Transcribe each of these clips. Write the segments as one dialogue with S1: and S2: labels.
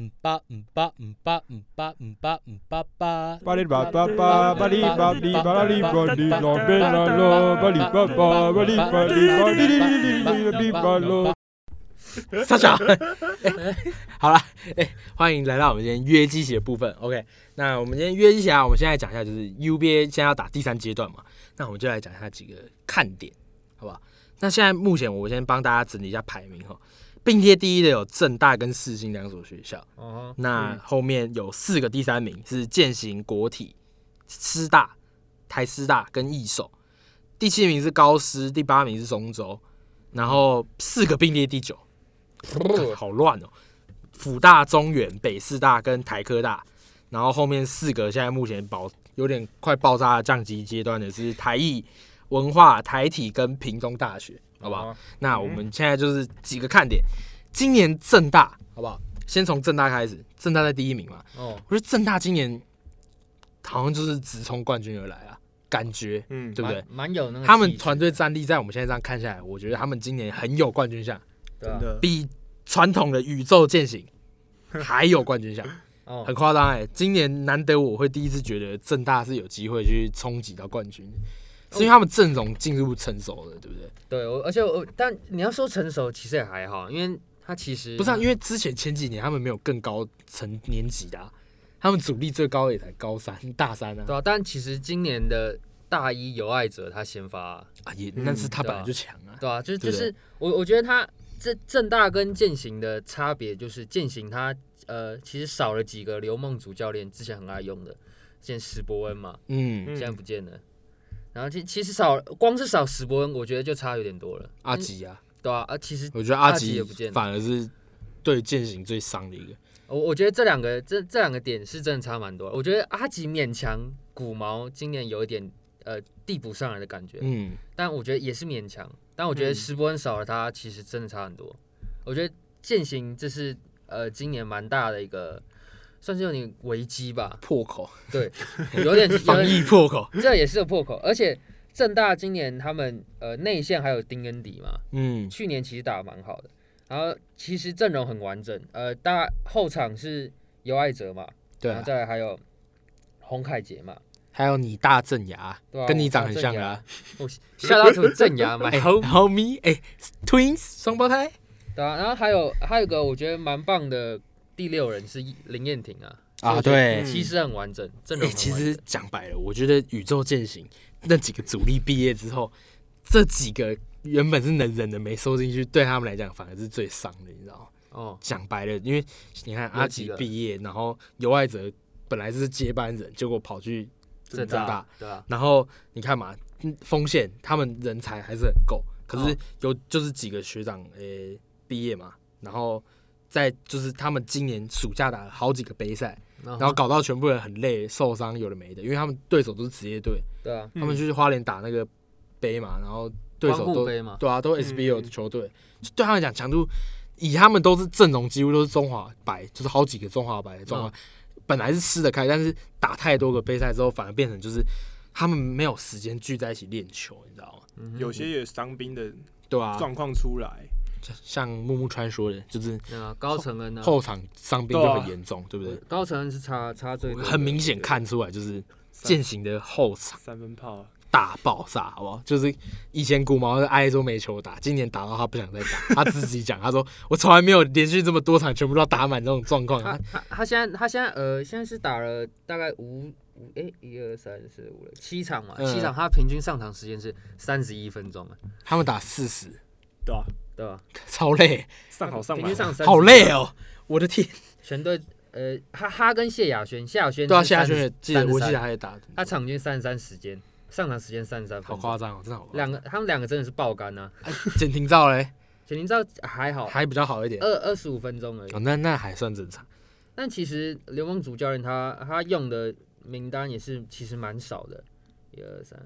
S1: 嗯吧嗯吧嗯吧嗯吧嗯吧嗯吧吧。
S2: 巴里巴巴巴巴里巴里巴拉里巴里拉贝拉拉巴里巴巴巴里巴里巴里里里里里里巴罗。
S3: 撒小， 好了，哎、欢迎来到我们今天约机器的部分。OK，那我们今天约机器啊，我们现在讲一下，就是 UBA 现在要打第三阶段嘛，那我们就来讲一下几个看点，好不好？那现在目前我先帮大家整理一下排名哈，并列第一的有正大跟世新两所学校，
S4: 哦，
S3: 那后面有四个第三名是践行、国体、师大、台师大跟义守，第七名是高师，第八名是中州，然后四个并列第九，干好乱哦！辅大、中原、北师大跟台科大，然后后面四个现在目前保有点快爆炸的降级阶段的是台艺、文化、台体跟屏东大学，好不好？？
S4: 嗯
S3: 那我们现在就是几个看点，今年正大好不好？先从正大开始，正大在第一名嘛，
S4: 哦，
S3: 我觉得正大今年好像就是直冲冠军而来啊，感觉
S2: 嗯
S3: 对不对？
S4: 蛮？蛮有那个气质，
S3: 他们团队战力在我们现在这样看下来，我觉得他们今年很有冠军相，
S4: 对啊
S2: 的
S3: 比传统的宇宙 践行还有冠军相，
S4: 哦
S3: 很夸张哎！今年难得我会第一次觉得正大是有机会去冲击到冠军，是因为他们阵容进入成熟了，对不对？
S4: 对，我而且我但你要说成熟，其实也还好，因为他其实
S3: 不是、啊，因为之前前几年他们没有更高层年级的、啊，他们主力最高也才高三、大三啊，
S4: 对啊，但其实今年的大一有爱者他先发、
S3: 啊也，但是他
S4: 嗯
S3: 本来
S4: 对啊
S3: 就强啊，
S4: 对啊，就是
S3: 对
S4: 就
S3: 不对
S4: 是我我觉得他这正大跟践行的差别就是践行他呃其实少了几个刘梦竹教练之前很爱用的，之前史伯恩嘛，
S3: 嗯，
S4: 现在不见了。然后其其实少光是少史伯恩，我觉得就差有点多了。
S3: 阿吉啊，
S4: 对啊，啊其实
S3: 我觉得阿
S4: 阿吉
S3: 吉
S4: 也不见了
S3: 反而是对践行最伤的一个，
S4: 我我觉得这两个这这两个点是真的差蛮多的。我觉得阿吉勉强古毛今年有一点呃递补上来的感觉，
S3: 嗯，，
S4: 但我觉得也是勉强。但我觉得石伯恩少了他，其实真的差很多。我觉得践行这是呃今年蛮大的一个，算是有点危机吧
S3: 破口，
S4: 有点
S3: 防疫，破口，
S4: 有点这也是有破口。而且正大今年他们呃内线还有丁恩迪嘛，
S3: 嗯，
S4: 去年其实打得蛮好的，然后其实阵容很完整。呃，大后场是尤爱哲嘛，
S3: 对
S4: 然
S3: 啊
S4: 后，再来还有洪凯杰嘛，
S3: 还有你大正牙
S4: 对啊，
S3: 跟你长很像的啊，
S4: 下拉图镇牙 买
S3: 然后咪哎，twins 双胞胎，
S4: 对啊，然后还有还有一个我觉得蛮棒的第六人是林燕婷啊，
S3: 啊
S4: 所以我觉得
S3: 对
S4: 其实很完整，阵容
S3: 哎，
S4: 很
S3: 其
S4: 完
S3: 实
S4: 整
S3: 讲白了，我觉得宇宙践行那几个主力毕业之后，这几个原本是能忍的没收进去，对他们来讲反而是最伤的，你知道吗？
S4: 哦，
S3: 讲白了，因为你看阿
S4: 几
S3: 吉
S4: 个
S3: 毕业，然后尤爱哲本来是接班人，结果跑去
S4: 正
S3: 正
S4: 大
S3: 大，
S4: 对啊，
S3: 然后你看嘛，嗯锋线他们人才还是很够，可是
S4: 哦
S3: 有就是几个学长诶毕业嘛，然后在就是他们今年暑假打了好几个杯赛，
S4: 然
S3: 然后搞到全部人很累，受伤有的没的，因为他们对手都是职业队，
S4: 对啊，
S5: 嗯
S3: 他们去花莲打那个杯嘛，然后对手
S4: 光
S3: 都
S4: 顾杯嘛，
S3: 对啊，都
S2: 嗯
S3: SBL 的球队，就对他们来讲强度，以他们都是阵容几乎都是中华白，就是好几个中华白的状况，本来是吃得开，但是打太多个杯赛之后，反而变成就是他们没有时间聚在一起练球，你知道吗？
S4: 嗯哼
S2: 有些也伤兵的
S4: 嗯
S3: 对啊，
S2: 状况出来，
S3: 就像木木川说的，就是
S4: 对啊，高承恩呢，
S3: 后场伤病就很严重，对不对？
S4: 高承恩是差差最多的，
S3: 很明显看出来，就是践行的后场
S2: 三分炮
S3: 大爆炸，好不好？就是以前古毛是挨说没球打，今年打到他不想再打，他自己讲，他说我从来没有连续这么多场全部都打满这种状况，
S4: 他
S3: 他
S4: 他他现在他现在呃现在是打了大概五五哎一二三四五六七场嘛，
S3: 嗯
S4: 七场他平均上场时间是三十一分钟啊，
S3: 他们打四十，
S2: 对吧？
S4: 对吧？
S3: 超累，
S2: 上好上
S4: 平
S2: 满
S4: 均，上30
S3: 好累哦！我的天，
S4: 全队呃哈哈跟谢亚轩，谢亚轩
S3: 对啊，
S4: 是
S3: 谢亚
S4: 30
S3: 轩也记得，
S4: 33
S3: 我记得他也打，
S4: 他场均三十三时间，上场时间三十三
S3: 好
S4: 分
S3: 夸
S4: 钟，
S3: 张哦，真的好夸张。
S4: 两个他们两个真的是爆肝呐、啊。
S3: 简廷照嘞，
S4: 简廷照还好，
S3: 还比较好一点，
S4: 二二十五分钟而已
S3: 哦，。那那还算正常，
S4: 但其实刘梦竹教练他他用的名单也是其实蛮少的，一二三，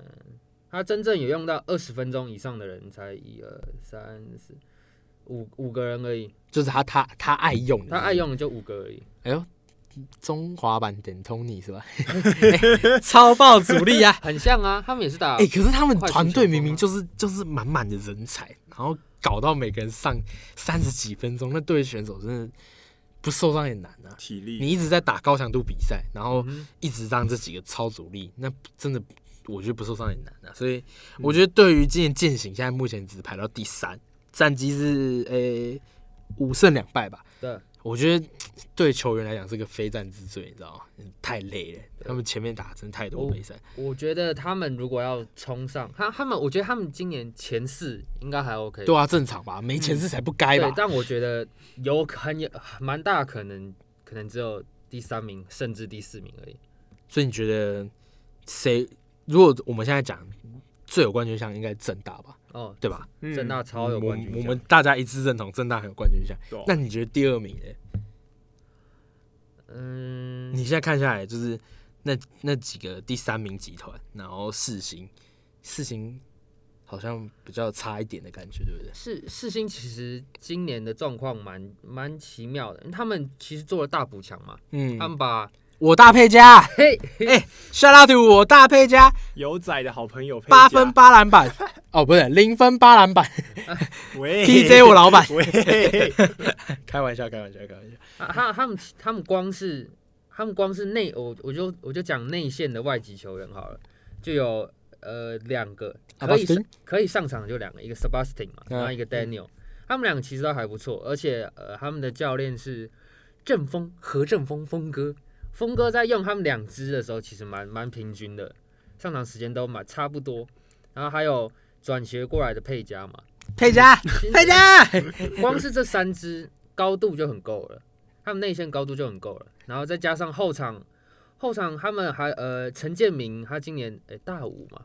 S4: 他真正有用到二十分钟以上的人才一二三四五五个人而已，
S3: 就是他他他爱用，
S4: 他爱。用的就五个而已。
S3: 哎呦，中华版点通你是吧？ 哎超爆主力啊！
S4: 很像啊，他们也是打
S3: 哎、可是他们
S4: 快速
S3: 团
S4: 前
S3: 队
S4: 锋
S3: 明明
S4: 吗
S3: 就是就是满满的人才，然后搞到每个人上三十几分钟，那对选手真的不受伤也难啊。
S5: 体力，
S3: 你一直在打高强度比赛，然后
S4: 嗯
S3: 一直让这几个超主力，那真的我觉得不受伤也难啊。所以
S4: 嗯
S3: 我觉得对于今年践行，现在目前只排到第三，战绩是诶五胜两败吧。
S4: 对，
S3: 我觉得对球员来讲是个非战之罪，你知道吗？嗯太累了，他们前面打真的太多
S4: 我
S3: 比赛。
S4: 我觉得他们如果要冲上，他他们，我觉得他们今年前四应该还 OK。
S3: 对啊，正常吧，没前四才不该
S4: 对，
S3: 吧？
S4: 但我觉得有很有蛮大可能，可能只有第三名甚至第四名而已。
S3: 所以你觉得谁？如果我们现在讲最有冠军相，应该正大吧，
S4: 哦，
S3: 对吧？
S2: 嗯
S4: 正大超有冠军
S3: 嗯我们
S4: 奖
S3: 我们大家一致认同正大很有冠军相。
S5: 对啊
S3: 那你觉得第二名呢？
S4: 嗯，
S3: 你现在看下来，就是那那几个第三名集团，然后四星，四星好像比较差一点的感觉，对不对？
S4: 世世新其实今年的状况蛮蛮奇妙的，他们其实做了大补强嘛，他
S3: 嗯，
S4: 们把
S3: 我大配加
S4: 嘿
S3: ，shout out to 我大配加，
S5: 有仔的好朋友佩
S3: 八
S5: 佳
S3: 分，八篮板，哦，不是零分八篮板
S5: 喂
S3: ，TJ 我老板，
S5: 喂，
S3: 开玩笑，开玩笑，开玩笑。
S4: 啊他他们他们光是他们光是内我我就我就讲内线的外籍球员好了，就有呃两个可以
S3: Abbasdin？
S4: 上可以上场就两个，一个 Sebastian 嘛，
S3: 嗯
S4: 然后一个 Daniel，、他们两个其实都还不错，而且呃他们的教练是正风何正风峰哥，峰哥在用他们两支的时候其实蛮蛮平均的，上场时间都蛮差不多，然后还有转学过来的佩佳嘛，
S3: 佩佳，佩佳，
S4: 光是这三支高度就很够了，他们内线高度就很够了，然后再加上后场，后场他们还呃陈建明他今年诶、大五嘛，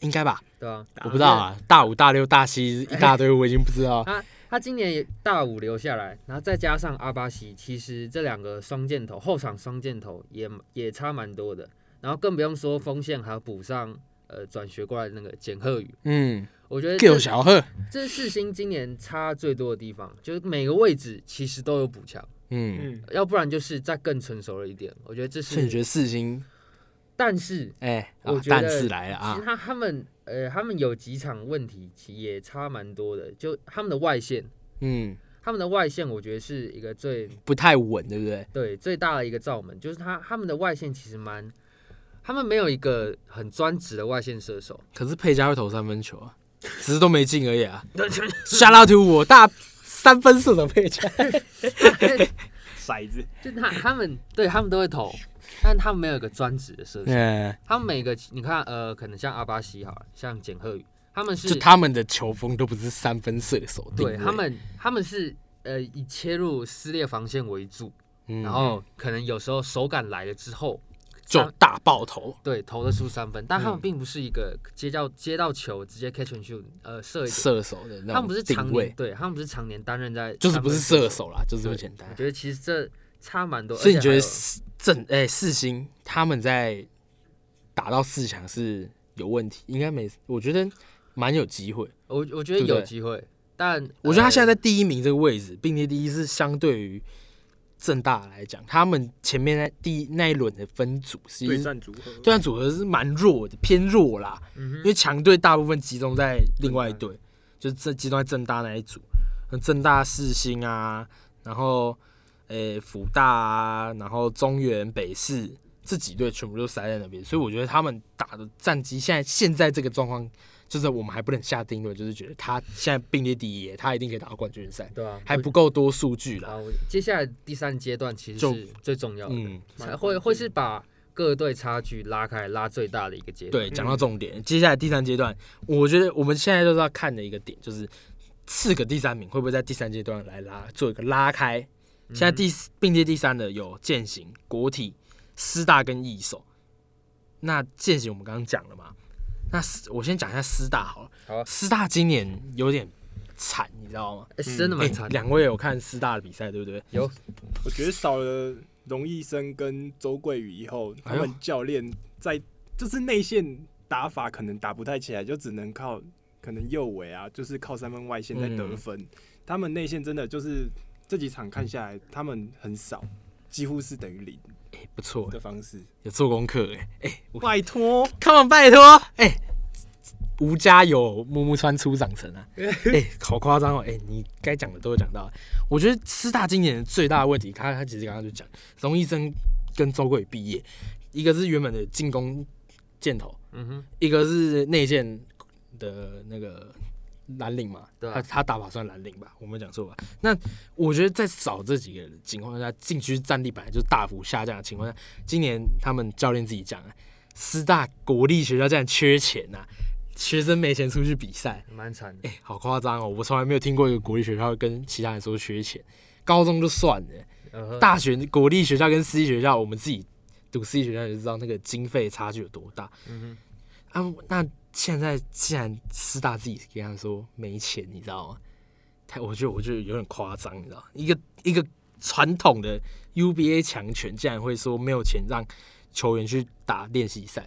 S3: 应该吧？
S4: 对吧、
S3: 我不知道啊，大五、大六、大七一大堆，我已经不 知道。
S4: 他今年也大五留下来，然后再加上阿巴西，其实这两个双箭头后场双箭头也也差蛮多的，然后更不用说锋线还要补上呃转学过来的那个简鹤宇，
S3: 嗯，
S4: 我觉得
S3: 给
S4: 这
S3: 我小贺，
S4: 这是世新今年差最多的地方，就是每个位置其实都有补强。
S3: 嗯，
S5: 嗯，
S4: 要不然就是再更成熟了一点。我觉得这
S3: 所以你
S4: 是，
S3: 觉得四星？
S4: 但是
S3: 哎，啊
S4: 我觉得
S3: 但是来了
S4: 其
S3: 啊
S4: 实，他他们呃，他们有几场问题其实也差蛮多的，就他们的外线，
S3: 嗯，
S4: 他们的外线我觉得是一个最
S3: 不太稳，对不对？
S4: 对最大的一个罩门，就是他他们的外线其实蛮，他们没有一个很专职的外线射手，
S3: 可是佩佳会投三分球啊，只是都没进而已啊。Shout out to 我大三分射手 佩佳，
S5: 骰子，
S4: 就他他们对他们都会投，但他们没有一个专职的射手，
S3: 嗯，
S4: 他们每个你看呃，可能像阿巴西好了，像简鹤宇，他们是
S3: 就他们的球风都不是三分射手定位，
S4: 对他们，他们是呃以切入撕裂防线为主，
S3: 嗯，
S4: 然后可能有时候手感来了之后，
S3: 就
S4: 三
S3: 大爆头，
S4: 对投得出三分，但他
S3: 嗯
S4: 们并不是一个接到接到球直接 catch and shoot 呃射一点，
S3: 射手的那
S4: 他们不是
S3: 种
S4: 常
S3: 定
S4: 年
S3: 位，
S4: 对他们不是常年担任在
S3: 就是不是
S4: 三分
S3: 射手啦，就是这么
S4: 对
S3: 简单
S4: 我。觉得其实这差蛮多，
S3: 所以
S4: 而
S3: 你
S4: 且
S3: 觉
S4: 还
S3: 得
S4: 有
S3: 四正哎、四星他们在打到四强是有问题？应该没，我觉得蛮有机会。
S4: 我我觉得
S3: 对不
S4: 有
S3: 对
S4: 机会，但呃
S3: 我觉得他现在
S4: 在
S3: 在第一名这个位置，并列第一是相对于正大来讲，他们前面那第一那一轮的分组是
S5: 对战组合，
S4: 啊
S3: 对战组合是蛮弱的，偏弱啦，
S4: 嗯
S3: 因为强队大部分集中在另外一队，就是这集中在正大那一组，那正大四星啊，然后诶辅大啊，然后中原北市这几队全部都塞在那边，所以我觉得他们打的战绩现在现在这个状况，就是我们还不能下定论，就是觉得他现在并列第一耶，他一定可以打到冠军赛，
S4: 对啊
S3: 还不够多数据啦，
S4: 好，我接下来第三阶段其实
S3: 就是
S4: 最重要的，
S3: 嗯。
S4: 才会会是把各队差距拉开拉最大的一个阶段。
S3: 对，讲到重点，接下来第三阶段，我觉得我们现在就是要看的一个点，就是四个第三名会不会在第三阶段来拉做一个拉开。
S4: 嗯
S3: 现在第四并列第三的有践行、国体、师大跟义手。那践行我们刚刚讲了嘛，那师我先讲一下师大好了。
S4: 好啊
S3: 师大今年有点惨，你知道吗？
S4: 欸是真的
S3: 哎
S4: 蛮惨的。
S3: 两、位有看师大的比赛对不对？
S4: 有
S5: 我觉得少了荣医生跟周桂宇以后，他
S3: 哎
S5: 们教练在就是内线打法可能打不太起来，就只能靠可能右围啊，就是靠三分外线在得分。
S3: 嗯
S5: 他们内线真的就是这几场看下来，他们很少，几乎是等于零
S3: 哎、不错、
S5: 的方式。
S3: 有做功课哎、
S5: 拜托，
S3: c o m e on，拜托，哎、吴家有木木川出长成啊，哎、好夸张哦！哎、你该讲的都有讲到。我觉得师大今年最大的问题，他他其实刚刚就讲，荣医生跟周桂宇毕业，一个是原本的进攻箭头，
S4: 嗯哼，
S3: 一个是内线的那个蓝领嘛，
S4: 对啊
S3: 他他打法算蓝领吧，我没有讲错吧？那我觉得在少这几个情况下，禁区战力本来就大幅下降的情况下，今年他们教练自己讲啊，师大国立学校竟然缺钱呐、学生没钱出去比赛，
S4: 蛮惨的。
S3: 哎、好夸张哦！我从来没有听过一个国立学校跟其他人说缺钱，高中就算了。
S4: 呃呵
S3: 大学国立学校跟私立学校，我们自己读私立学校就知道那个经费差距有多大。
S4: 嗯
S3: 啊，那现在既然师大自己跟他说没钱，你知道吗？他我觉得我觉得有点夸张，你知道吗，一个一个传统的 UBA 强权竟然会说没有钱让球员去打练习赛，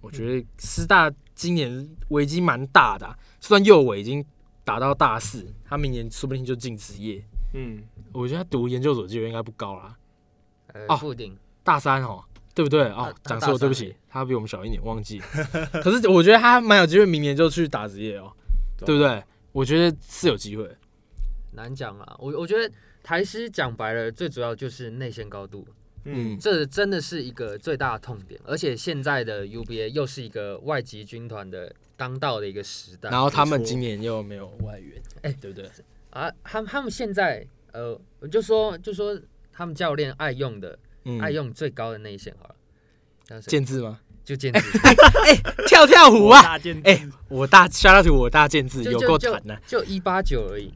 S3: 我觉得师大今年危机蛮大的啊、虽然右伟已经打到大四，他明年说不定就进职业。
S5: 嗯，
S3: 我觉得他读研究所机会应该不高啦，
S4: 哼，
S3: 哦
S4: 呃，不顶，
S3: 大三哦，对不对？哦
S4: 他，他
S3: 讲
S4: 大
S3: 错，
S4: 三
S3: 对不起
S4: 而已，
S3: 他比我们小一年，忘记。 可是我觉得他蛮有机会，明年就去打职业哦，
S4: 啊
S3: 对不对？我觉得是有机会。
S4: 难讲啊。我我觉得台师讲白了，最主要就是内线高度，
S5: 嗯，
S3: 嗯，
S4: 这真的是一个最大的痛点。而且现在的 UBA 又是一个外籍军团的当道的一个时代。
S3: 然后他们
S5: 没错
S3: 今年又没有外援，哎，对不对？
S4: 啊，他们他们现在呃，我就说就说他们教练爱用的、
S3: 嗯
S4: 爱用最高的内线好了，那谁
S3: 建制吗？
S4: 就 建制，
S3: 跳跳虎啊！
S5: 大件，
S3: 哎，我大下大腿，我大建制
S4: 就
S3: 有
S4: 就
S3: 够
S4: 就
S3: 惨啊的。
S4: 就一八九而已，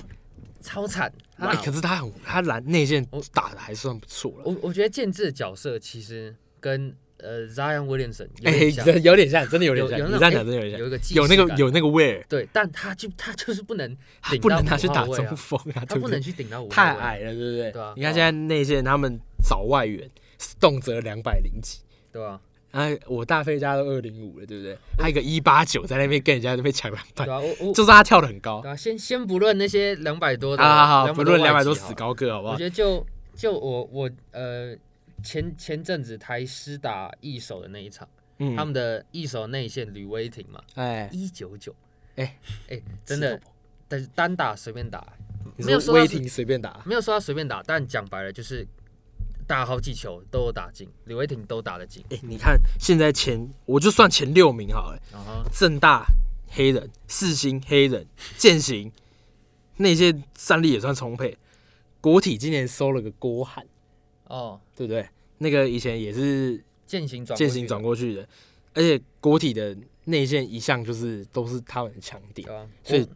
S4: 超惨。他
S3: 哎，可是他很他蓝内线打的还算不错了。
S4: 我我觉得建制的角色其实跟呃 Zion Williamson 有
S3: 哎，
S4: 点像，
S3: 真的有点像，真的有点像。
S4: 有
S3: 你
S4: 那
S3: 这样
S4: 种
S3: 讲真的有点像，
S4: 有一个既
S3: 有那
S4: 视
S3: 个
S4: 感
S3: 有那个味儿，
S4: 对，但他就他就是不能，啊
S3: 他
S4: 顶
S3: 不能
S4: 到
S3: 拿去
S4: 五
S3: 打
S4: 号位
S3: 中
S4: 啊
S3: 锋啊，
S4: 他
S3: 对
S4: 不
S3: 对
S4: 能去顶到五号
S3: 太
S4: 位
S3: 矮，了，对不对？
S4: 对啊
S3: 你看现在内线他们找外援，动辄两百零几，
S4: 对吧、
S3: 哎，我大飞家都二零五了，对不对？他一个一八九在那边跟人家那边抢篮
S4: 对
S3: 板，
S4: 啊，我我
S3: 就是他跳的很高
S4: 对。啊，先先不论那些啊两百多的，
S3: 好啊好好，不论两
S4: 外籍
S3: 百多
S4: 好
S3: 死
S4: 了
S3: 高个，好不
S4: 我
S3: 好
S4: 觉？得就就我我呃前前阵子台师打一手的那一场，
S3: 嗯
S4: 他们的一手内线吕威霆嘛，
S3: 哎，
S4: 一九九，
S3: 哎
S4: 哎，真的，但是单打随便打，
S3: 你
S4: 没有
S3: 说
S4: 说到
S3: 威
S4: 是
S3: 霆随便打，
S4: 没有说他随便打，但讲白了就是打好几球都有打进，吕威霆都打得进，
S3: 哎，你看现在前我就算前六名好了，
S4: 然后
S3: 正大黑人、四星黑人、践行那些战力也算充沛。国体今年收了个郭汉，
S4: 哦，
S3: 对不对？那个以前也是
S4: 践行转
S3: 践行转
S4: 过
S3: 过去的，而且国体的内线一向就是都是他们的强
S4: 去
S3: 点
S4: 的，，对啊，
S3: 所以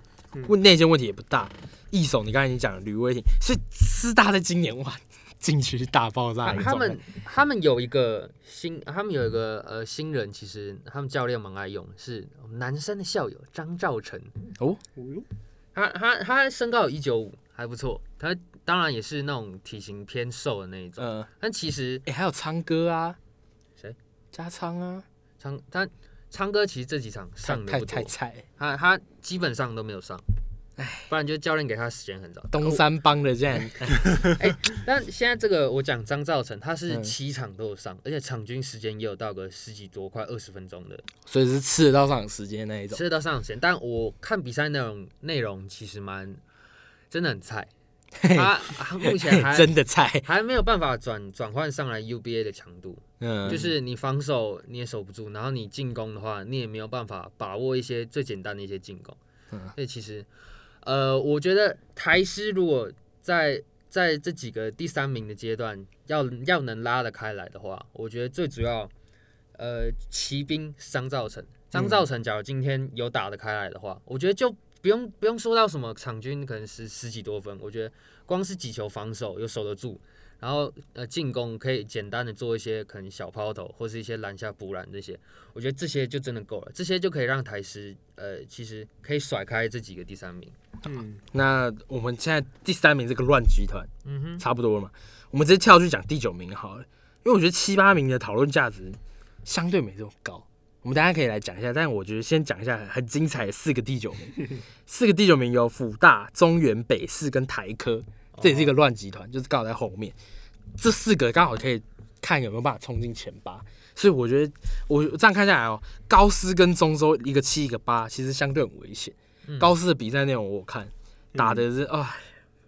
S4: 我
S3: 问内线问题也不大。一手你刚才已经讲了吕威霆，所以师大在今年哇禁区大爆
S4: 他
S3: 炸的
S4: 啊他
S3: 状态，
S4: 们他们有一个新，他们有一个呃新人，其实他们教练蛮爱用，是我们男生的校友张兆成。
S5: 哦
S4: 他他他身高有一九五，还不错。他当然也是那种体型偏瘦的那一种，
S3: 嗯，
S4: 但其实
S3: 哎、还有昌哥啊，
S4: 谁？
S3: 加昌啊，
S4: 昌他昌哥其实这几场
S3: 太
S4: 上的
S3: 太
S4: 不多
S3: 太，菜了，
S4: 他他基本上都没有上，不然就教练给他时间很早。
S3: 东山帮的这样，
S4: 但现在这个我讲张兆成，他是
S3: 嗯
S4: 七场都有上，而且场均时间也有到个十几多，快二十分钟的，
S3: 所以是吃得到上场时间那一种
S4: 吃。得到上场时间。但我看比赛内容内容其实蛮真的很菜，他他目前还
S3: 真的菜，
S4: 还没有办法转转换上来 UBA 的强度。
S3: 嗯，
S4: 就是你防守你也守不住，然后你进攻的话，你也没有办法把握一些最简单的一些进攻。
S3: 嗯
S4: 所以其实，呃，我觉得台师如果在在这几个第三名的阶段要要能拉得开来的话，我觉得最主要，呃，骑兵张兆成，张兆成假如今天有打得开来的话，我觉得就。不用不用说到什么场均可能十十几多分，我觉得光是几球防守有守得住，然后呃进攻可以简单的做一些可能小抛投或是一些篮下补篮这些，我觉得这些就真的够了，这些就可以让台师呃其实可以甩开这几个第三名。
S5: 嗯，
S3: 那我们现在第三名这个乱集团，
S4: 嗯哼，
S3: 差不多了嘛。我们直接跳去讲第九名好了，因为我觉得七八名的讨论价值相对没这么高。我们大家可以来讲一下，但我觉得先讲一下很精彩的四个第九名，四个第九名有辅大、中原、北市跟台科，这也是一个乱集团，就是刚好在后面。这四个刚好可以看有没有办法冲进前八。所以我觉得我这样看下来哦，高斯跟中州一个七一个八，其实相对很危险。
S4: 嗯
S3: 高斯的比赛内容我有看
S5: 嗯
S3: 打的是，哎、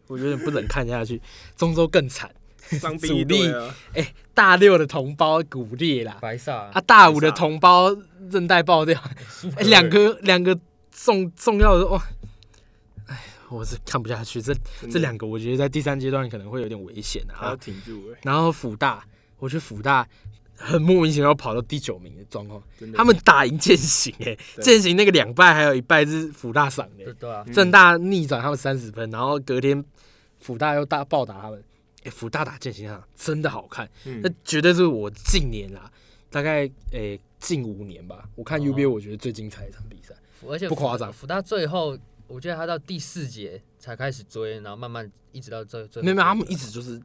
S3: 我有点不忍看下去。中州更惨，
S5: 伤兵一队啊，
S3: 大六的同胞骨 裂啦，
S4: 白萨
S3: 啊，大五的同胞韧带爆掉，哎两、个两个重重要的哇，哎，我是看不下去，这
S5: 真的
S3: 这两个我觉得在第三阶段可能会有点危险
S5: 他要
S3: 啊。
S5: 挺住哎，
S3: 然后辅大，我觉得辅大很莫名其妙跑到第九名的状况，
S5: 真的
S3: 他们打赢践行哎、
S5: 对
S3: 践行那个两败还有一败是辅大赏的、
S4: 对对啊，
S5: 嗯
S3: 正大逆转他们三十分，然后隔天辅大又大暴打他们。哎、辅大打践行啊，真的好看，
S5: 嗯
S3: 那绝对是我近年啦，大概诶、近五年吧，我看
S4: 哦
S3: UBA 我觉得最精彩的一场比赛。
S4: 而且
S3: 不夸张
S4: 福大最后我记得他到第四节才开始追，然后慢慢一直到最最后
S3: 没有没有，他们
S4: 追
S3: 一直就是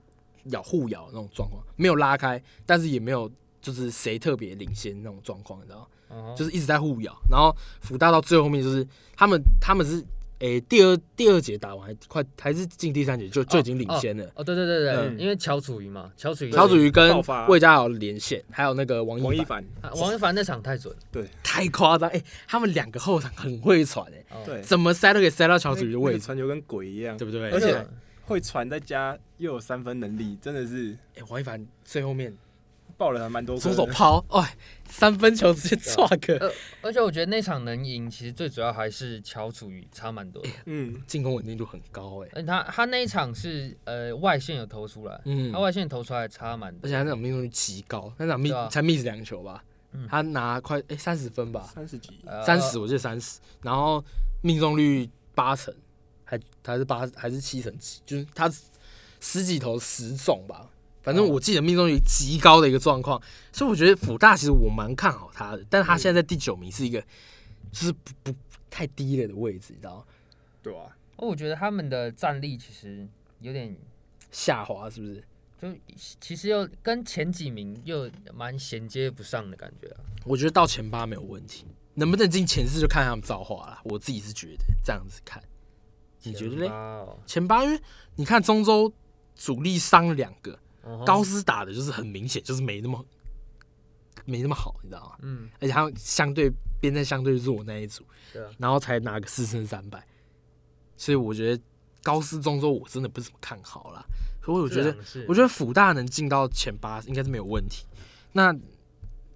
S3: 咬互咬那种状况，没有拉开，但是也没有就是谁特别领先那种状况，你知道吗？
S4: 嗯
S3: 就是是一直在互咬，然后福大到最后面就是他们他们是诶、第二第二节打完还快还是进第三节就就已经领先了。
S4: 哦对对对对，
S5: 嗯
S4: 因为乔楚瑜嘛，乔楚瑜
S3: 乔祖瑜跟
S5: 爆发
S3: 魏佳瑶连线，还有那个王
S5: 王
S3: 一
S5: 一
S3: 凡，
S5: 凡，
S4: 啊王一凡那场太准，
S3: 太夸张！哎、他们两个后场很会传，哎，
S4: 哦
S5: 对，
S3: 怎么塞都给塞到乔
S5: 那
S3: 祖瑜的
S5: 那
S3: 位
S5: 个
S3: 置，
S5: 传球跟鬼一样，
S3: 对不对？
S5: 而且
S4: 那个
S5: 会传再加又有三分能力，真的是
S3: 哎、王一凡最后面
S5: 爆了还蛮多颗
S3: 左
S5: 的。
S3: 手抛，哎，三分球直接抓个，
S4: 而且我觉得那场能赢，其实最主要还是乔楚瑜差蛮多的，
S5: 嗯，
S3: 进攻稳定度很高、哎。
S4: 而且他他那一场是呃外线有投出来，
S3: 嗯
S4: 他，外线投出来差蛮
S3: 而
S4: 多，
S3: 且他那场命中率极高，那场密
S4: 对啊
S3: 才 miss 两球吧
S4: 嗯，
S3: 他拿快哎三十分吧，
S5: 三十几，
S4: 呃
S3: 三十我记得三十，然后命中率八成，还还是八还是七成几，就是他十几投十中吧，反正
S4: 哦
S3: 我记得命中率极高的一个状况，所以我觉得辅大其实我蛮看好他的，但他现在在第九名是一个就是不不太低了的位置，你知道吗？
S5: 对啊，
S4: 哦我觉得他们的战力其实有点
S3: 下滑是不是？
S4: 就其实又跟前几名又蛮衔接不上的感觉啊。
S3: 我觉得到前八没有问题，能不能进前四就看他们造化了。我自己是觉得这样子看，你觉得
S4: 前
S3: 嘞
S4: 八？哦
S3: 前八，因为你看中州主力伤了两个，
S4: 嗯哼
S3: 高斯打的就是很明显，就是没那么没那么好，你知道吗？
S4: 嗯，
S3: 而且他们相对边在相对弱那一组，
S4: 对啊，
S3: 然后才拿个四胜三败，所以我觉得高斯中州我真的不怎么看好啦。所以我觉
S4: 啊
S3: 得我觉
S4: 得
S3: 得辅大能进到前八应该是没有问题。那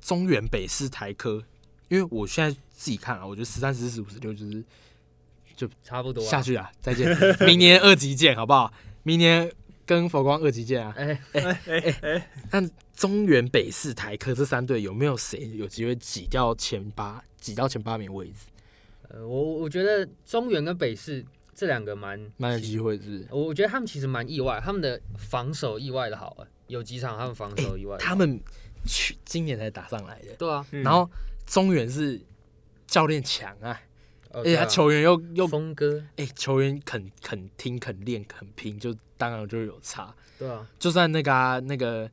S3: 中原北是台科，因为我现在自己看啊，我觉得十三、十四、十五、十六就是
S4: 差不多啊
S3: 下。去啊，再见，明年二级见，好不好？明年跟佛光二级见啊。
S4: 哎，
S3: 但中原北是台科这三队有没有谁有机会挤掉前八，挤到前八名位置？
S4: 呃，我我觉得中原跟北市这两个蛮
S3: 蛮有机会，是不是？
S4: 我我觉得他们其实蛮意外，他们的防守意外的好啊，有几场他们防守意外的好。
S3: 哎他们去今年才打上来的，
S4: 对啊，
S5: 嗯
S3: 然后中原是教练强啊，
S4: 而
S3: 而且他球员又又
S4: 哦峰哥，
S3: 哎、球员肯肯听、肯练、肯拼，就当然就有差。
S4: 对啊，
S3: 就算那个、啊、那个，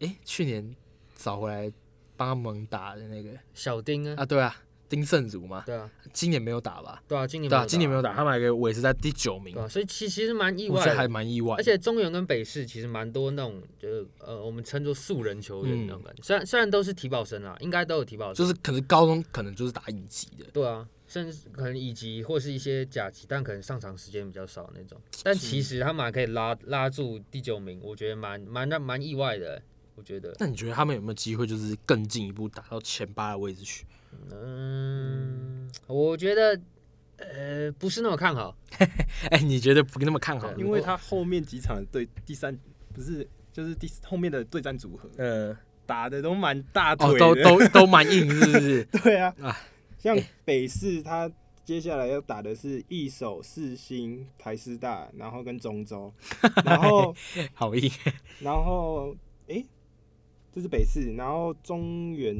S3: 哎、去年找回来帮他们打的那个
S4: 小丁啊，
S3: 啊，对啊，丁胜儒嘛，
S4: 对啊，
S3: 今年没有打吧？
S4: 对啊，今年
S3: 对啊，今年没有
S4: 打，
S3: 打，他们还我也是在第九名
S4: 对，啊，所以其其实蛮意
S3: 我
S4: 外
S3: 觉得还
S4: 的。
S3: 蛮意外的。
S4: 而且中原跟北市其实蛮多那种，就是呃，我们称作素人球员那种感觉。虽然虽然都是体保生啦，应该都有体保生，
S3: 嗯就是可能高中可能就是打乙级的，
S4: 对啊，甚至可能乙级或是一些甲级，但可能上场时间比较少那种。但其实他们还可以拉拉住第九名，我觉得蛮蛮让蛮意外的欸。我觉得，
S3: 那你觉得他们有没有机会就是更进一步打到前八的位置去？
S4: 嗯，我觉得呃不是那么看好。
S3: 哎、你觉得不那么看好？
S5: 因为他后面几场的对第三不是就是第后面的对战组合
S3: 嗯，
S5: 打的都蛮大
S3: 哦，
S5: 呃腿的，
S3: 都都都蛮硬，是不是？
S5: 对啊
S3: 啊，
S5: 像北市他接下来要打的是一手四星台师大，然后跟中 州，然后
S3: 好硬，
S5: 然后诶，这是北市，然后中原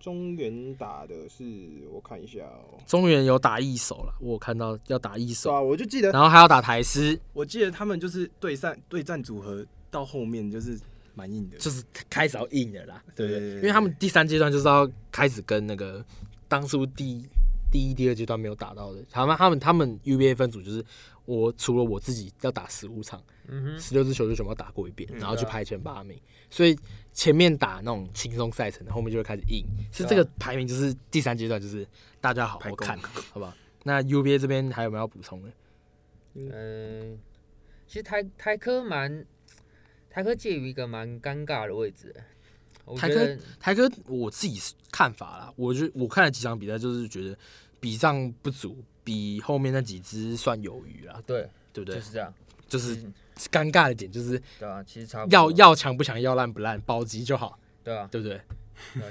S5: 中原打的是我看一下哦、
S3: 中原有打一手了，我有看到要打一
S5: 是
S3: 手，
S5: 啊，我就记得
S3: 然后还要打台师，
S5: 我记得他们就是对战对战组合到后面就是蛮硬的，
S3: 就是开始要硬了啦。
S5: 对对对对
S3: 因为他们第三阶段就是要开始跟那个当初第第一、第二阶段没有打到的，他们他们他们 UBA 分组就是我除了我自己要打十五场，
S4: 嗯哼，
S3: 十六支球队全部要打过一遍，然后就
S4: 对啊
S3: 排前八名。所以前面打那种轻松赛程，后面就会开始硬。
S4: 啊
S3: 是这个排名就是第三阶段，就是大家好
S5: 排
S3: 好
S5: 工
S3: 看，好不好？那 UBA 这边还有没有要补充的？
S4: 嗯，其实台台科蛮，台科介于一个蛮尴尬的位置，我
S3: 台
S4: 觉
S3: 科
S4: 得
S3: 台哥，我自己是看法啦，我就我看了几场比赛，就是觉得比上不足，比后面那几支算有余啦，
S4: 啊对，
S3: 对不
S4: 就
S3: 对？
S4: 是这样，
S3: 就是
S4: 嗯
S3: 尴尬的点就是
S4: 对啊，其实差不多
S3: 要要强不强，要烂不烂，保级就好，
S4: 对啊，
S3: 对不
S4: 对
S3: 对？
S4: 啊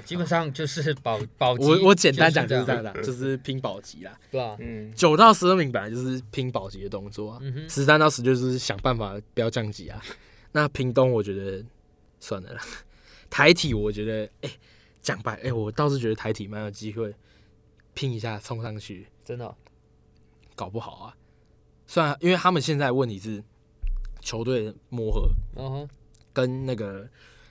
S4: 基本上就是保保级
S3: 我我简单讲
S4: 就
S3: 就是
S4: 是
S3: 这样
S4: 的，
S3: 的，就是拼保级啦。
S4: 对啊，
S5: 嗯，
S3: 九到十二名本来就是拼保级的动作啊，
S4: 嗯哼，
S3: 十三到十六就是想办法不要降级啊。 那屏东我觉得算了啦， 台体我觉得哎，讲、白哎、我倒是觉得台体蛮有机会拼一下冲上去。
S4: 真的哦，
S3: 搞不好啊。虽然因为他们现在问题是球队磨合
S4: 嗯哼，
S3: 跟那个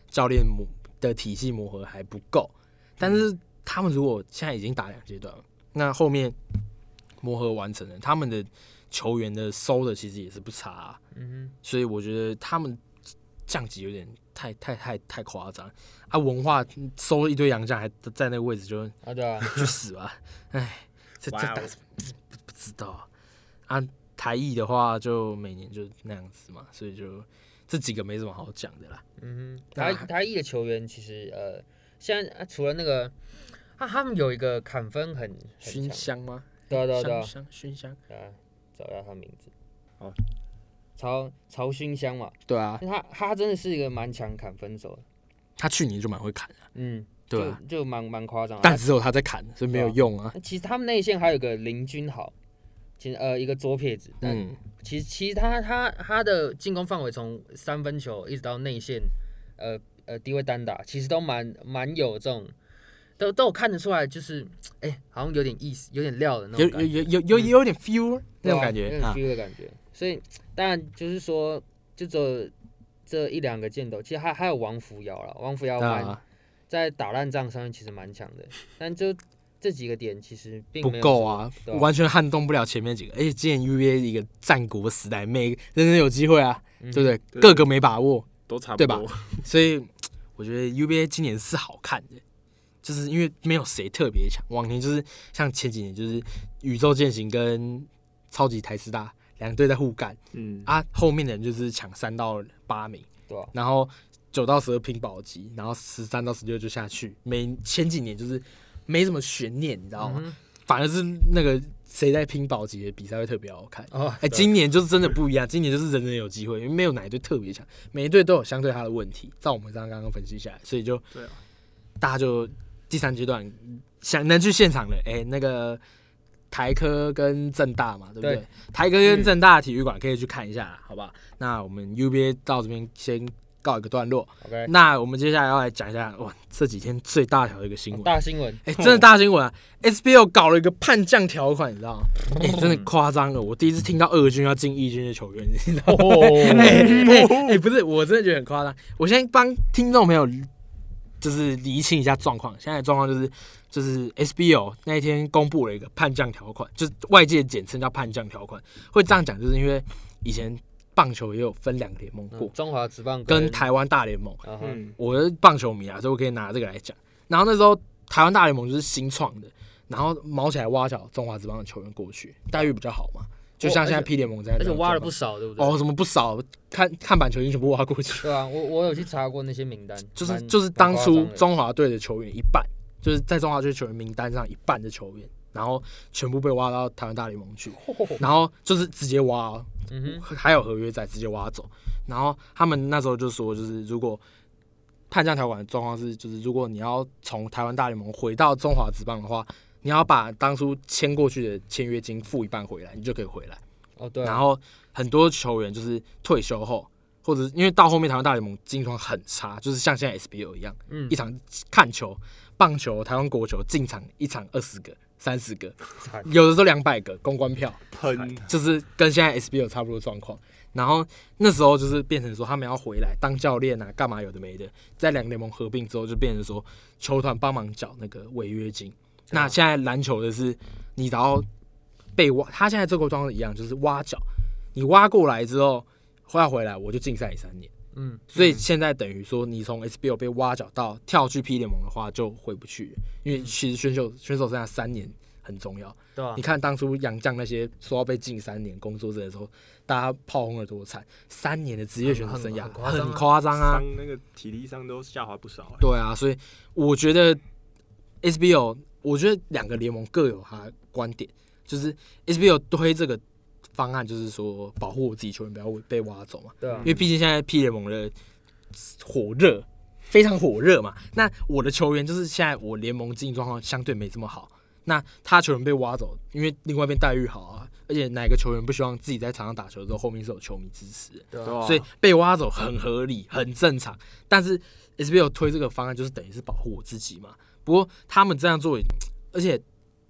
S3: 教练磨的体系磨合还不够，但是他们如果现在已经打两阶段了，那后面磨合完成了，他们的球员的收的其实也是不差啊、
S4: 嗯
S3: 所以我觉得他们降级有点太太太太夸张啊！文化收了一堆洋将，还在那个位置就
S4: 哼，啊对啊，
S3: 去死吧！哎，这这
S5: 哇哦
S3: 打什么不不知道啊啊。台艺的话，就每年就那样子嘛，所以就这几个没什么好讲的啦。
S4: 嗯哼，
S3: 那
S4: 台台一的球员其实呃，现在、啊、除了那个，他他们有一个砍分很很
S3: 熏
S4: 强，
S3: 香吗？
S4: 对啊对啊对
S3: 香
S4: 啊
S3: 香熏香，
S4: 啊，找一下他名字，
S5: 好，
S4: 曹曹勋香嘛，
S3: 对啊，
S4: 他他真的是一个蛮强砍分手的，
S3: 他去年就蛮会砍的，
S4: 嗯，
S3: 对啊，
S4: 就就蛮蛮夸张的。
S3: 但只有他在砍，所以没有用啊。
S4: 那其实他们内线还有个林君豪，其实呃一个左撇子，但
S3: 嗯，
S4: 其实其实他他他的进攻范围从三分球一直到内线，呃呃低位单打，其实都蛮蛮有这种，都都有看得出来，就是哎、好像有点意思，有点料的那
S3: 有
S4: 种
S3: 有
S4: 感觉，
S3: 有有有有点 feel 那
S4: 对
S3: 种
S4: 啊
S3: 感
S4: 有
S3: 觉
S4: 点
S3: 啊。
S4: feel 的感觉。所以当然就是说，就只有这一两个箭头，其实还还有王扶摇了，王扶摇蛮、
S3: 啊，
S4: 在打烂仗上面其实蛮强的，但就这几个点其实并
S3: 不
S4: 没有
S3: 够啊
S4: 什么，对吧
S3: 完全撼动不了前面几个。而哎且今年 UVA 一个战国时代，每人人有机会啊，
S4: 嗯
S3: 对不对？
S5: 对
S3: 各个没把握，
S5: 都差不
S3: 对吧
S5: 多。
S3: 所以我觉得 UBA 今年是好看的，就是因为没有谁特别强。往年就是像前几年就是宇宙剑行跟超级台师大两队在互干
S5: 嗯，
S3: 啊，后面的人就是抢三到八名，
S4: 对啊
S3: 然后九到十二拼保级，然后十三到十六就下去。每前几年就是没什么悬念，你知道吗？
S4: 嗯
S3: 反而是那个谁在拼保级的比赛会特别好看。
S4: 哼哦，对
S3: 哎、今年就是真的不一样，今年就是人人有机会，因为没有哪一队特别强，每一队都有相对他的问题。照我们刚刚刚分析下来，所以就
S5: 对啊
S3: 大家就第三阶段想能去现场的，哎、那个台科跟正大嘛，对不对？
S4: 对
S3: 台科跟正大体育馆可以去看一下啦，好吧？那我们 UBA 到这边先告一个段落，
S4: OK，
S3: 那我们接下来要来讲一下，哇，这几天最大条的一个新闻。
S4: 哦大新闻，
S3: 哎、真的大新闻啊！SBL 搞了一个叛降条款，你知道吗？哎、
S4: 嗯
S3: 真的夸张了！我第一次听到二军要进一军的球员，你知道吗？ 哎哎 哎，不是，我真的觉得很夸张。我先帮听众朋友就是厘清一下状况，现在的状况就是就是 SBL 那一天公布了一个叛降条款，就是外界简称叫叛降条款。会这样讲，就是因为以前棒球也有分两个联盟过
S4: 嗯，中华职棒
S3: 跟，台湾大联盟。
S4: 嗯哼
S5: 嗯，
S3: 我是棒球迷啊，所以我可以拿这个来讲。然后那时候台湾大联盟就是新创的，然后毛起来挖角中华职棒的球员过去，待遇比较好嘛。就像现
S4: 哦
S3: 在
S4: 而且
S3: P 联盟这样，
S4: 而且挖了不少，对不对？
S3: 哦，什么不少，看看板球员全部挖过去，
S4: 对啊，我我有去查过那些名单，
S3: 就是
S4: 蛮
S3: 就是当初
S4: 蛮夸张的
S3: 中华队的球员一半，就是在中华队球员名单上一半的球员，然后全部被挖到台湾大 联盟去，然后就是直接挖、哦，
S4: 嗯哼，
S3: 还有合约在，直接挖走。然后他们那时候就说，就是如果判降条款的状况是，就是如果你要从台湾大联盟回到中华职棒的话，你要把当初签过去的签约金付一半回来，你就可以回来。
S4: 哦对啊，
S3: 然后很多球员就是退休后，或者是因为到后面台湾大联盟经况很差，就是像现在 SBL 一样，
S4: 嗯
S3: 一场看球、棒球、台湾国球进场一场二十个、三十个，
S4: 惨
S3: 有的时候两百个公关票。
S5: 喷
S3: 就是跟现在 SBL 差不多的状况。然后那时候就是变成说他们要回来当教练啊，干嘛有的没的。在两个联盟合并之后，就变成说球团帮忙缴那个违约金，那现在篮球的是，你只要被挖，他现在这个状况一样，就是挖角，你挖过来之后，挖回来我就禁赛你三年。
S4: 嗯，
S3: 所以现在等于说，你从 SBL 被挖角到跳去 P 联盟的话，就回不去了，因为其实选手选手剩下三年很重要。
S4: 对啊吧
S3: 你？看当初杨绛那些说要被禁三年工作制的时候，大家炮轰了多惨，三年的职业选手生涯
S4: 很很
S3: 很
S4: 很
S3: 夸张啊
S5: 伤，那个体力上都下滑不少、欸。
S3: 对啊，所以我觉得 SBL，我觉得两个联盟各有它的观点，就是 SBL 推这个方案，就是说保护我自己球员不要被挖走嘛。
S4: 对啊
S3: 因，为毕竟现在 P 联盟的火热，非常火热嘛。那我的球员就是现在我联盟经营状况相对没这么好，那他球员被挖走，因为另外一边待遇好啊，而且哪个球员不希望自己在场上打球的时候后面是有球迷支持的，
S4: 对
S5: 对
S4: 吧？
S5: 啊
S3: 所以被挖走很合理、很正常。但是 SBL 推这个方案就是等于是保护我自己嘛。不过他们这样做也，而且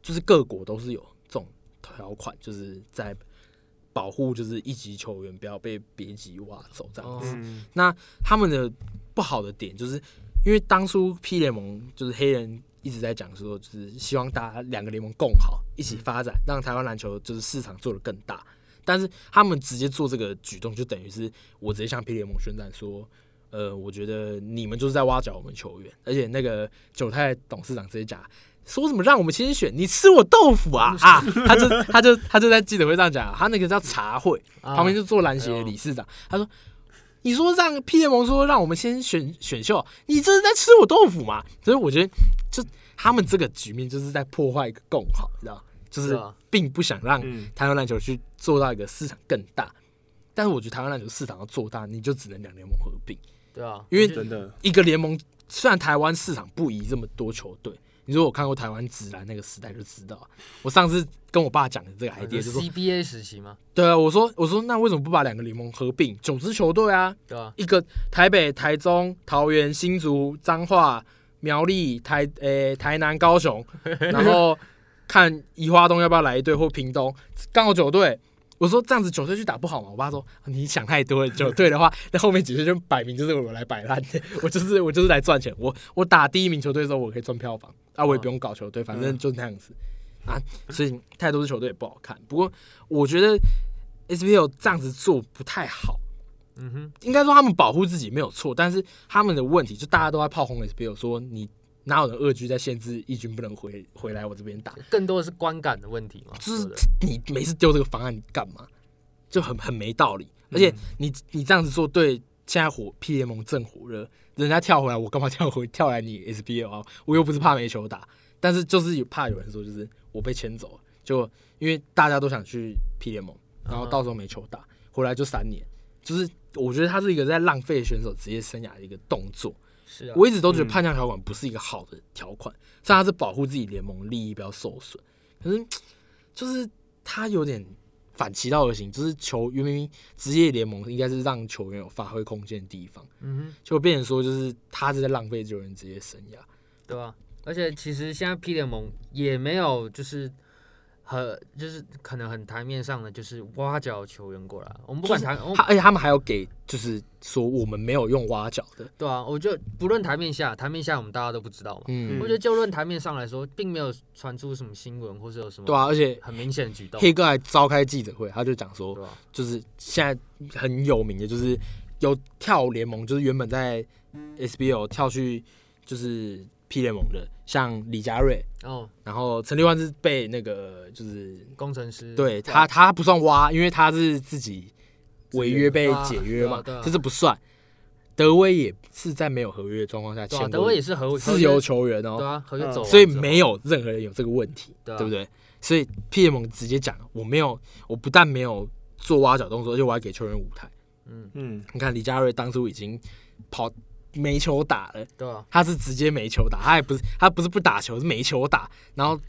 S3: 就是各国都是有这种条款，就是在保护就是一级球员不要被别级挖走这样子。
S4: 哦
S5: 嗯，
S3: 他们的不好的点就是，因为当初 P 联盟就是黑人一直在讲说，就是希望大家两个联盟共好，一起发展，让台湾篮球就是市场做得更大。但是他们直接做这个举动，就等于是我直接向 P 联盟宣战说，呃，我觉得你们就是在挖角我们球员，而且那个九泰董事长直接讲。说什么让我们先选？你吃我豆腐啊啊！他就他就他就在记者会上讲，他那个叫茶会，旁边就坐篮协
S5: 哎
S3: 的理事长，他说：“你说让 P 联盟说让我们先选选秀，你这是在吃我豆腐嘛？”所以我觉得，就他们这个局面就是在破坏一个共好，你知道，就是
S4: 是啊
S3: 并不想让
S5: 嗯
S3: 台湾篮球去做到一个市场更大。但是我觉得台湾篮球市场要做大，你就只能两联盟合并，
S4: 对啊，
S3: 因为
S5: 真的，
S3: 一个联盟虽然台湾市场不宜这么多球队，你如果有看过台湾直男那个时代就知道，我上次跟我爸讲的这个
S5: 呃
S3: idea 就是说，
S4: CBA 时期嘛，
S3: 对啊，我说我说那为什么不把两个联盟合并，九支球队啊，
S4: 对吧？
S3: 一个台北、台中、桃园、新竹、彰化、苗栗、台诶、台南、高雄，然后看宜花东要不要来一队或屏东， 刚好九队。我说这样子九队去打不好吗？我爸说你想太多了，九队的话， 那后面几队就摆明就是我来摆烂 的，我就是我就是来赚钱。我我打第一名球队的时候，我可以赚票房啊，我也不用搞球队，反正就那样子啊。所以太多支球队也不好看。不过我觉得 SBL 这样子做不太好，
S4: 嗯哼，
S3: 应该说他们保护自己没有错，但是他们的问题就大家都在炮轰 SBL，说你哪有人二居在限制义军不能回回来我这边打，
S4: 更多的是观感的问题嘛，
S3: 就是
S4: 对不对
S3: 你每次丢这个方案干嘛？就很很没道
S4: 嗯
S3: 理，而且你你这样子做对现在火 P 联盟正火热，人家跳回来我干嘛跳回跳来你 SBL 啊？我又不是怕没球打，但是就是有怕有人说就是我被牵走了，就因为大家都想去 P 联盟，
S4: 嗯
S3: 然后到时候没球打，回来就三年，就是我觉得他是一个在浪费选手职业生涯的一个动作。
S4: 是啊，
S3: 我一直都觉得
S5: 嗯
S3: 叛将条款不是一个好的条款，虽然它是保护自己联盟利益不要受损，可是就是它有点反其道而行，就是球员明明职业联盟应该是让球员有发挥空间的地方，
S4: 嗯
S3: 就变成说就是他是在浪费球员职业生涯。
S4: 哼，对吧？而且其实现在 P 联盟也没有就是。很就是可能很台面上的就是挖角球员过来，我们不管
S3: 就
S4: 台，我们
S3: 他而且他们还有给就是说我们没有用挖角的，
S4: 对啊，我就不论台面下，台面下我们大家都不知道嘛。
S3: 嗯
S4: 我觉得就论台面上来说，并没有传出什么新闻或是有什么
S3: 对啊，而且
S4: 很明显的举动，
S3: 黑哥还召开记者会，他就讲说
S4: 对吧？
S3: 就是现在很有名的，就是有跳联盟，就是原本在 SBL 跳去就是 P 联盟的，像李佳瑞，
S4: 哦，
S3: 然后陈立焕是被那个就是
S4: 工程师啊
S3: 对他他不算挖，因为他是自己违约被解
S4: 自
S3: 约嘛，
S4: 愿啊对啊对啊
S3: 这是不算。德威也是在没有合约的状况下
S4: 对
S3: 签
S4: 啊，
S3: 过
S4: 德威也是合
S3: 自由
S4: 合约
S3: 球员哦
S4: 对，啊，合约走完之后，
S3: 所以没有任何人有这个问题，
S4: 对啊
S3: 不对？所以 P M 直接讲，我没有，我不但没有做挖角动作，而且我还给球员舞台。
S4: 嗯，
S5: 嗯，
S3: 你看李佳瑞当初已经跑没球打了，
S4: 对啊，
S3: 他是直接没球打，他也不是他不是不打球，是没球打。然后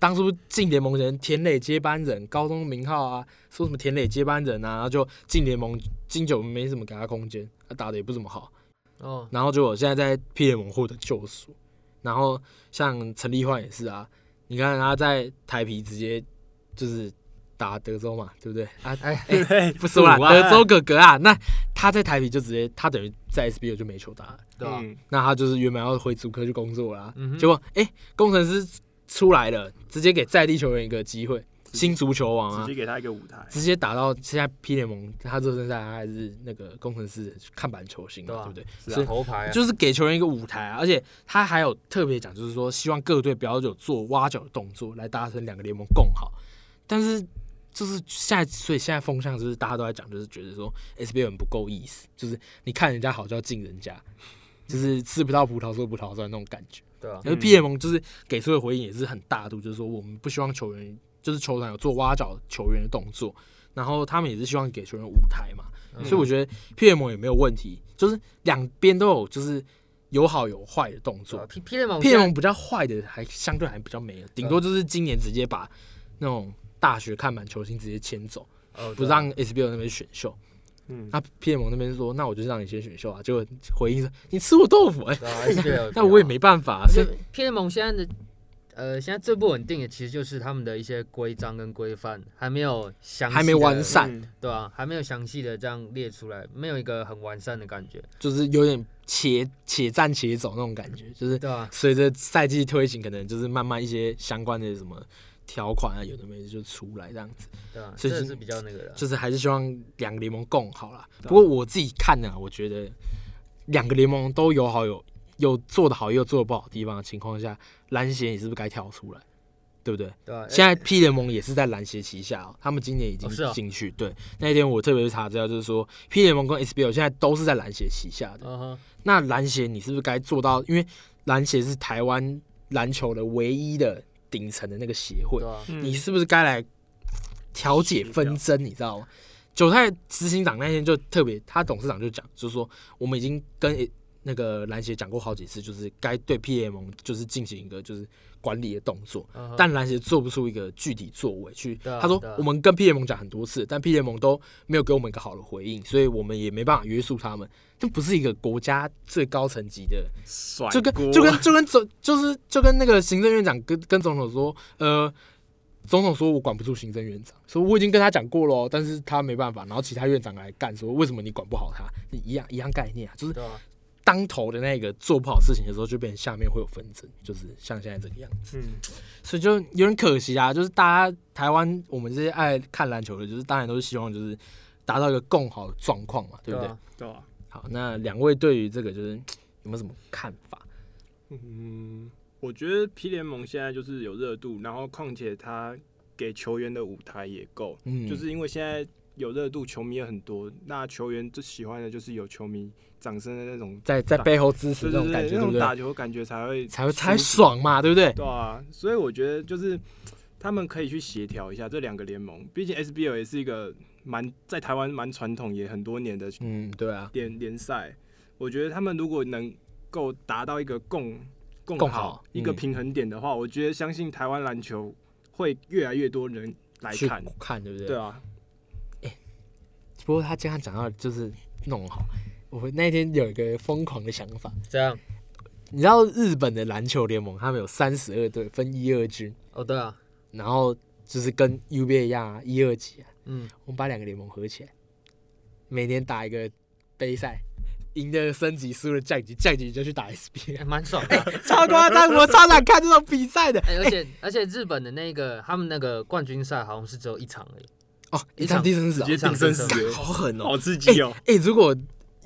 S3: 当初进联盟人田磊接班人，高中名号啊，说什么田磊接班人啊，然后就进联盟金九没什么给他空间，他打的也不怎么好。
S4: 哦，
S3: 然后结果现在在 P 联盟获得救赎，然后像陈立焕也是啊，你看他在台皮直接就是打德州嘛，对不对？啊，
S4: 哎，
S3: 不是啦，
S5: 赌啊
S3: 德州哥哥啊，那他在台皮就直接他等于在 SBL 就没球打了，
S4: 对吧？啊
S5: 嗯
S3: 那他就是原本要回主科去工作啦，
S4: 嗯哼
S3: 结果哎、工程师出来了，直接给在地球员一个机会，新足球王啊
S5: 直接，给他一个舞台。
S3: 直接打到现在 P 联盟，他热身赛他还是那个工程师的看板球星
S4: 对
S3: 嘛，
S4: 啊
S3: 对不对？
S4: 是
S3: 所
S4: 啊
S3: 以
S4: 头牌啊，
S3: 就是给球员一个舞台啊，而且他还有特别讲，就是说希望各队不要有做挖角的动作，来达成两个联盟共好。但是就是现在，所以现在风向就是大家都在讲，就是觉得说 SBL 很不够意思，就是你看人家好就要敬人家，就是吃不到葡萄说葡萄酸那种感觉。
S4: 对啊，
S3: 而 P 联盟就是给出的回应也是很大度，就是说我们不希望球员就是球团有做挖角球员的动作，然后他们也是希望给球员舞台嘛。
S4: 嗯
S3: 所以我觉得 P M 也没有问题，就是两边都有，就是有好有坏的动
S4: 对啊
S3: 作。
S4: P P 联盟
S3: P M 比较坏的还相对还比较没有，顶多
S4: 啊
S3: 就是今年直接把那种大学看板球星直接签走，
S4: 哦
S3: 不
S4: 对啊
S3: 让 S B L 那边选秀。
S5: 嗯，
S3: 那 P M 那边说，那我就让你先选秀啊，结果回应说你吃我豆腐哎、
S4: 对啊 SBL
S3: 那我也没办法、啊，所
S4: 所以
S3: 以
S4: P 联盟现在的呃，现在最不稳定的其实就是他们的一些规章跟规范还没有详细
S3: 还没
S4: 地
S3: 完善，
S5: 嗯
S4: 对啊，还没有详细的这样列出来，没有一个很完善的感觉，
S3: 就是有点且且战且走那种感觉，就是
S4: 对啊，
S3: 随着赛季推行，可能就是慢慢一些相关的什么条款啊，有的没的就出来这样子，
S4: 对啊，
S3: 所
S4: 这个
S3: 以就是
S4: 是比较那个的啊，
S3: 就是还是希望两个联盟共好啦。
S5: 对啊
S3: 不过我自己看呢、我觉得两个联盟都有好有有做的好，也有做的不好的地方的情况下，篮协也是不是该跳出来，对不对？
S4: 对啊，
S3: 现
S4: 在
S3: 在 P 联盟也是在篮协旗下、哦，他们今年已经
S4: 哦是哦
S3: 进去。对，那一天我特别去查资料，就是说 P 联盟跟 SBL 现在都是在篮协旗下的。
S4: 嗯哼，
S3: 那篮协你是不是该做到？因为篮协是台湾篮球的唯一的顶层的那个协会
S4: 对，啊，
S5: 嗯
S3: 你是不是该来调解纷争？你知道吗？韭菜执行长那天就特别，他董事长就讲，就是说我们已经跟诶那个篮协讲过好几次，就是该对 PMO 就是进行一个就是管理的动作，
S4: 嗯哼
S3: 但篮协做不出一个具体作为去。
S4: 对啊
S3: 他说
S4: 对啊
S3: 我们跟 P 联盟讲很多次，但 P 联盟都没有给我们一个好的回应，所以我们也没办法约束他们。这不是一个国家最高层级的，
S5: 甩
S3: 就跟
S5: 锅
S3: 就跟就跟总就是就跟那个行政院长跟跟总统说，呃，总统说我管不住行政院长，说我已经跟他讲过了哦，但是他没办法，然后其他院长来干，说为什么你管不好他，一样一样概念啊，就是
S4: 对啊，
S3: 当头的那个做不好事情的时候，就变成下面会有纷争，就是像现在这个样子。
S5: 嗯
S3: 所以就有点可惜啊，就是大家台湾我们这些爱看篮球的，就是当然都是希望就是达到一个更好的状况嘛，对不对？
S4: 啊？
S5: 对啊，
S3: 好，那两位对于这个就是嘖有没有什么看法？
S5: 嗯，我觉得 P 联盟现在就是有热度，然后况且他给球员的舞台也够，
S3: 嗯，
S5: 就是因为现在有热度，球迷也很多，那球员最喜欢的就是有球迷掌声的那种，
S3: 在在背后支持
S5: 对
S3: 这
S5: 对
S3: 种感
S5: 对，
S3: 觉，
S5: 那
S3: 对不
S5: 种打
S3: 对？
S5: 球感觉才会
S3: 才会才
S5: 舒服
S3: 爽嘛，对不对？
S5: 对啊，所以我觉得就是他们可以去协调一下这两个联盟，毕竟 SBL 也是一个蛮在台湾蛮传统也很多年的
S3: 嗯，对啊，
S5: 联联赛，我觉得他们如果能够达到一个共共
S3: 共
S5: 好
S3: 好
S5: 一个
S3: 嗯
S5: 平衡点的话，我觉得相信台湾篮球会越来越多人来
S3: 去
S5: 看。
S3: 看，对不对？
S5: 对啊，
S3: 不过他经常讲到就是弄好，我那天有一个疯狂的想法，
S4: 这样
S3: 你知道日本的篮球联盟他们有三十二队，分一二军，
S4: 哦，对啊，
S3: 然后就是跟 UBA 一样啊，一二级啊，
S4: 嗯，
S3: 我们把两个联盟合起来，每年打一个杯赛，赢的升级，输的降级，降级就去打 SBL，
S4: 哎蛮爽的啊，
S3: 超夸张！我超想看这种比赛的
S4: 哎，而且而且日本的那个他们那个冠军赛好像是只有一场而已，
S3: 哦，一
S4: 一
S3: 场
S4: 场
S3: 低生死哦，
S5: 直接定生死，
S3: 好狠哦！
S5: 好刺激哦！
S3: 哎、如果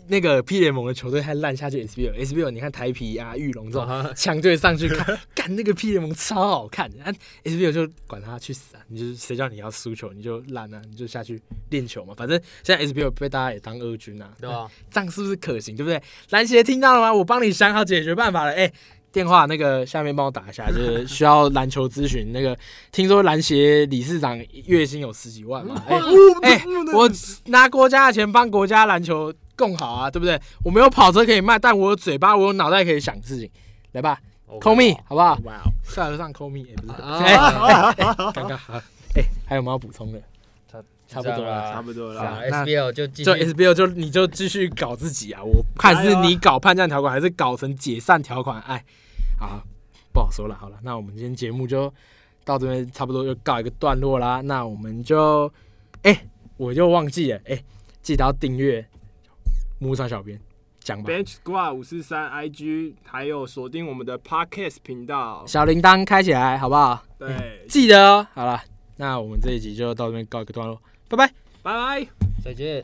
S3: 那个 P 联盟的球队还烂下去 SBL，SBL 你看台皮啊、玉龙这种
S4: 啊
S3: 强队上去看，干那个 P 联盟超好看的，啊 SBL 就管他去死啊！你就是谁叫你要输球，你就烂啊，你就下去练球嘛。反正现在 SBL 被大家也当二军啊，
S4: 对吧？
S3: 这样是不是可行？对不对？篮协听到了吗？我帮你想好解决办法了。哎、电话那个下面帮我打一下，就是需要篮球咨询。那个听说篮协理事长月薪有十几万嘛？哎、哎、我拿国家的钱帮国家篮球更好啊，对不对？我没有跑车可以卖，但我有嘴巴，我有脑袋可以想事情。来吧
S4: OK
S3: ，call me 好不好？
S5: 哇哦，
S3: 帅和尚 call me 也、不是，
S4: 啊
S3: 哎、
S4: 啊
S3: 刚刚好。哎、还有没有要补充的？
S4: 差
S3: 差不多了。
S5: 差不多
S4: 好
S5: 啦。
S3: 啊那
S4: ，SBL 就继
S3: 就
S4: 续
S3: SBL 就你就继续搞自己啊！我看是你搞叛战条款，还是搞成解散条款？哎，啊，不好说了。好了，那我们今天节目就到这边，差不多就告一个段落啦。那我们就，哎、我又忘记了，哎、记得要订阅木村小编，讲吧。
S5: Bench Squad 五四三 IG，还有锁定我们的 Podcast 频道。
S3: 小铃铛开起来，好不好？
S5: 对，
S3: 记得哦。好了，那我们这一集就到这边告一个段落，拜拜。
S5: 拜拜。
S4: 再见。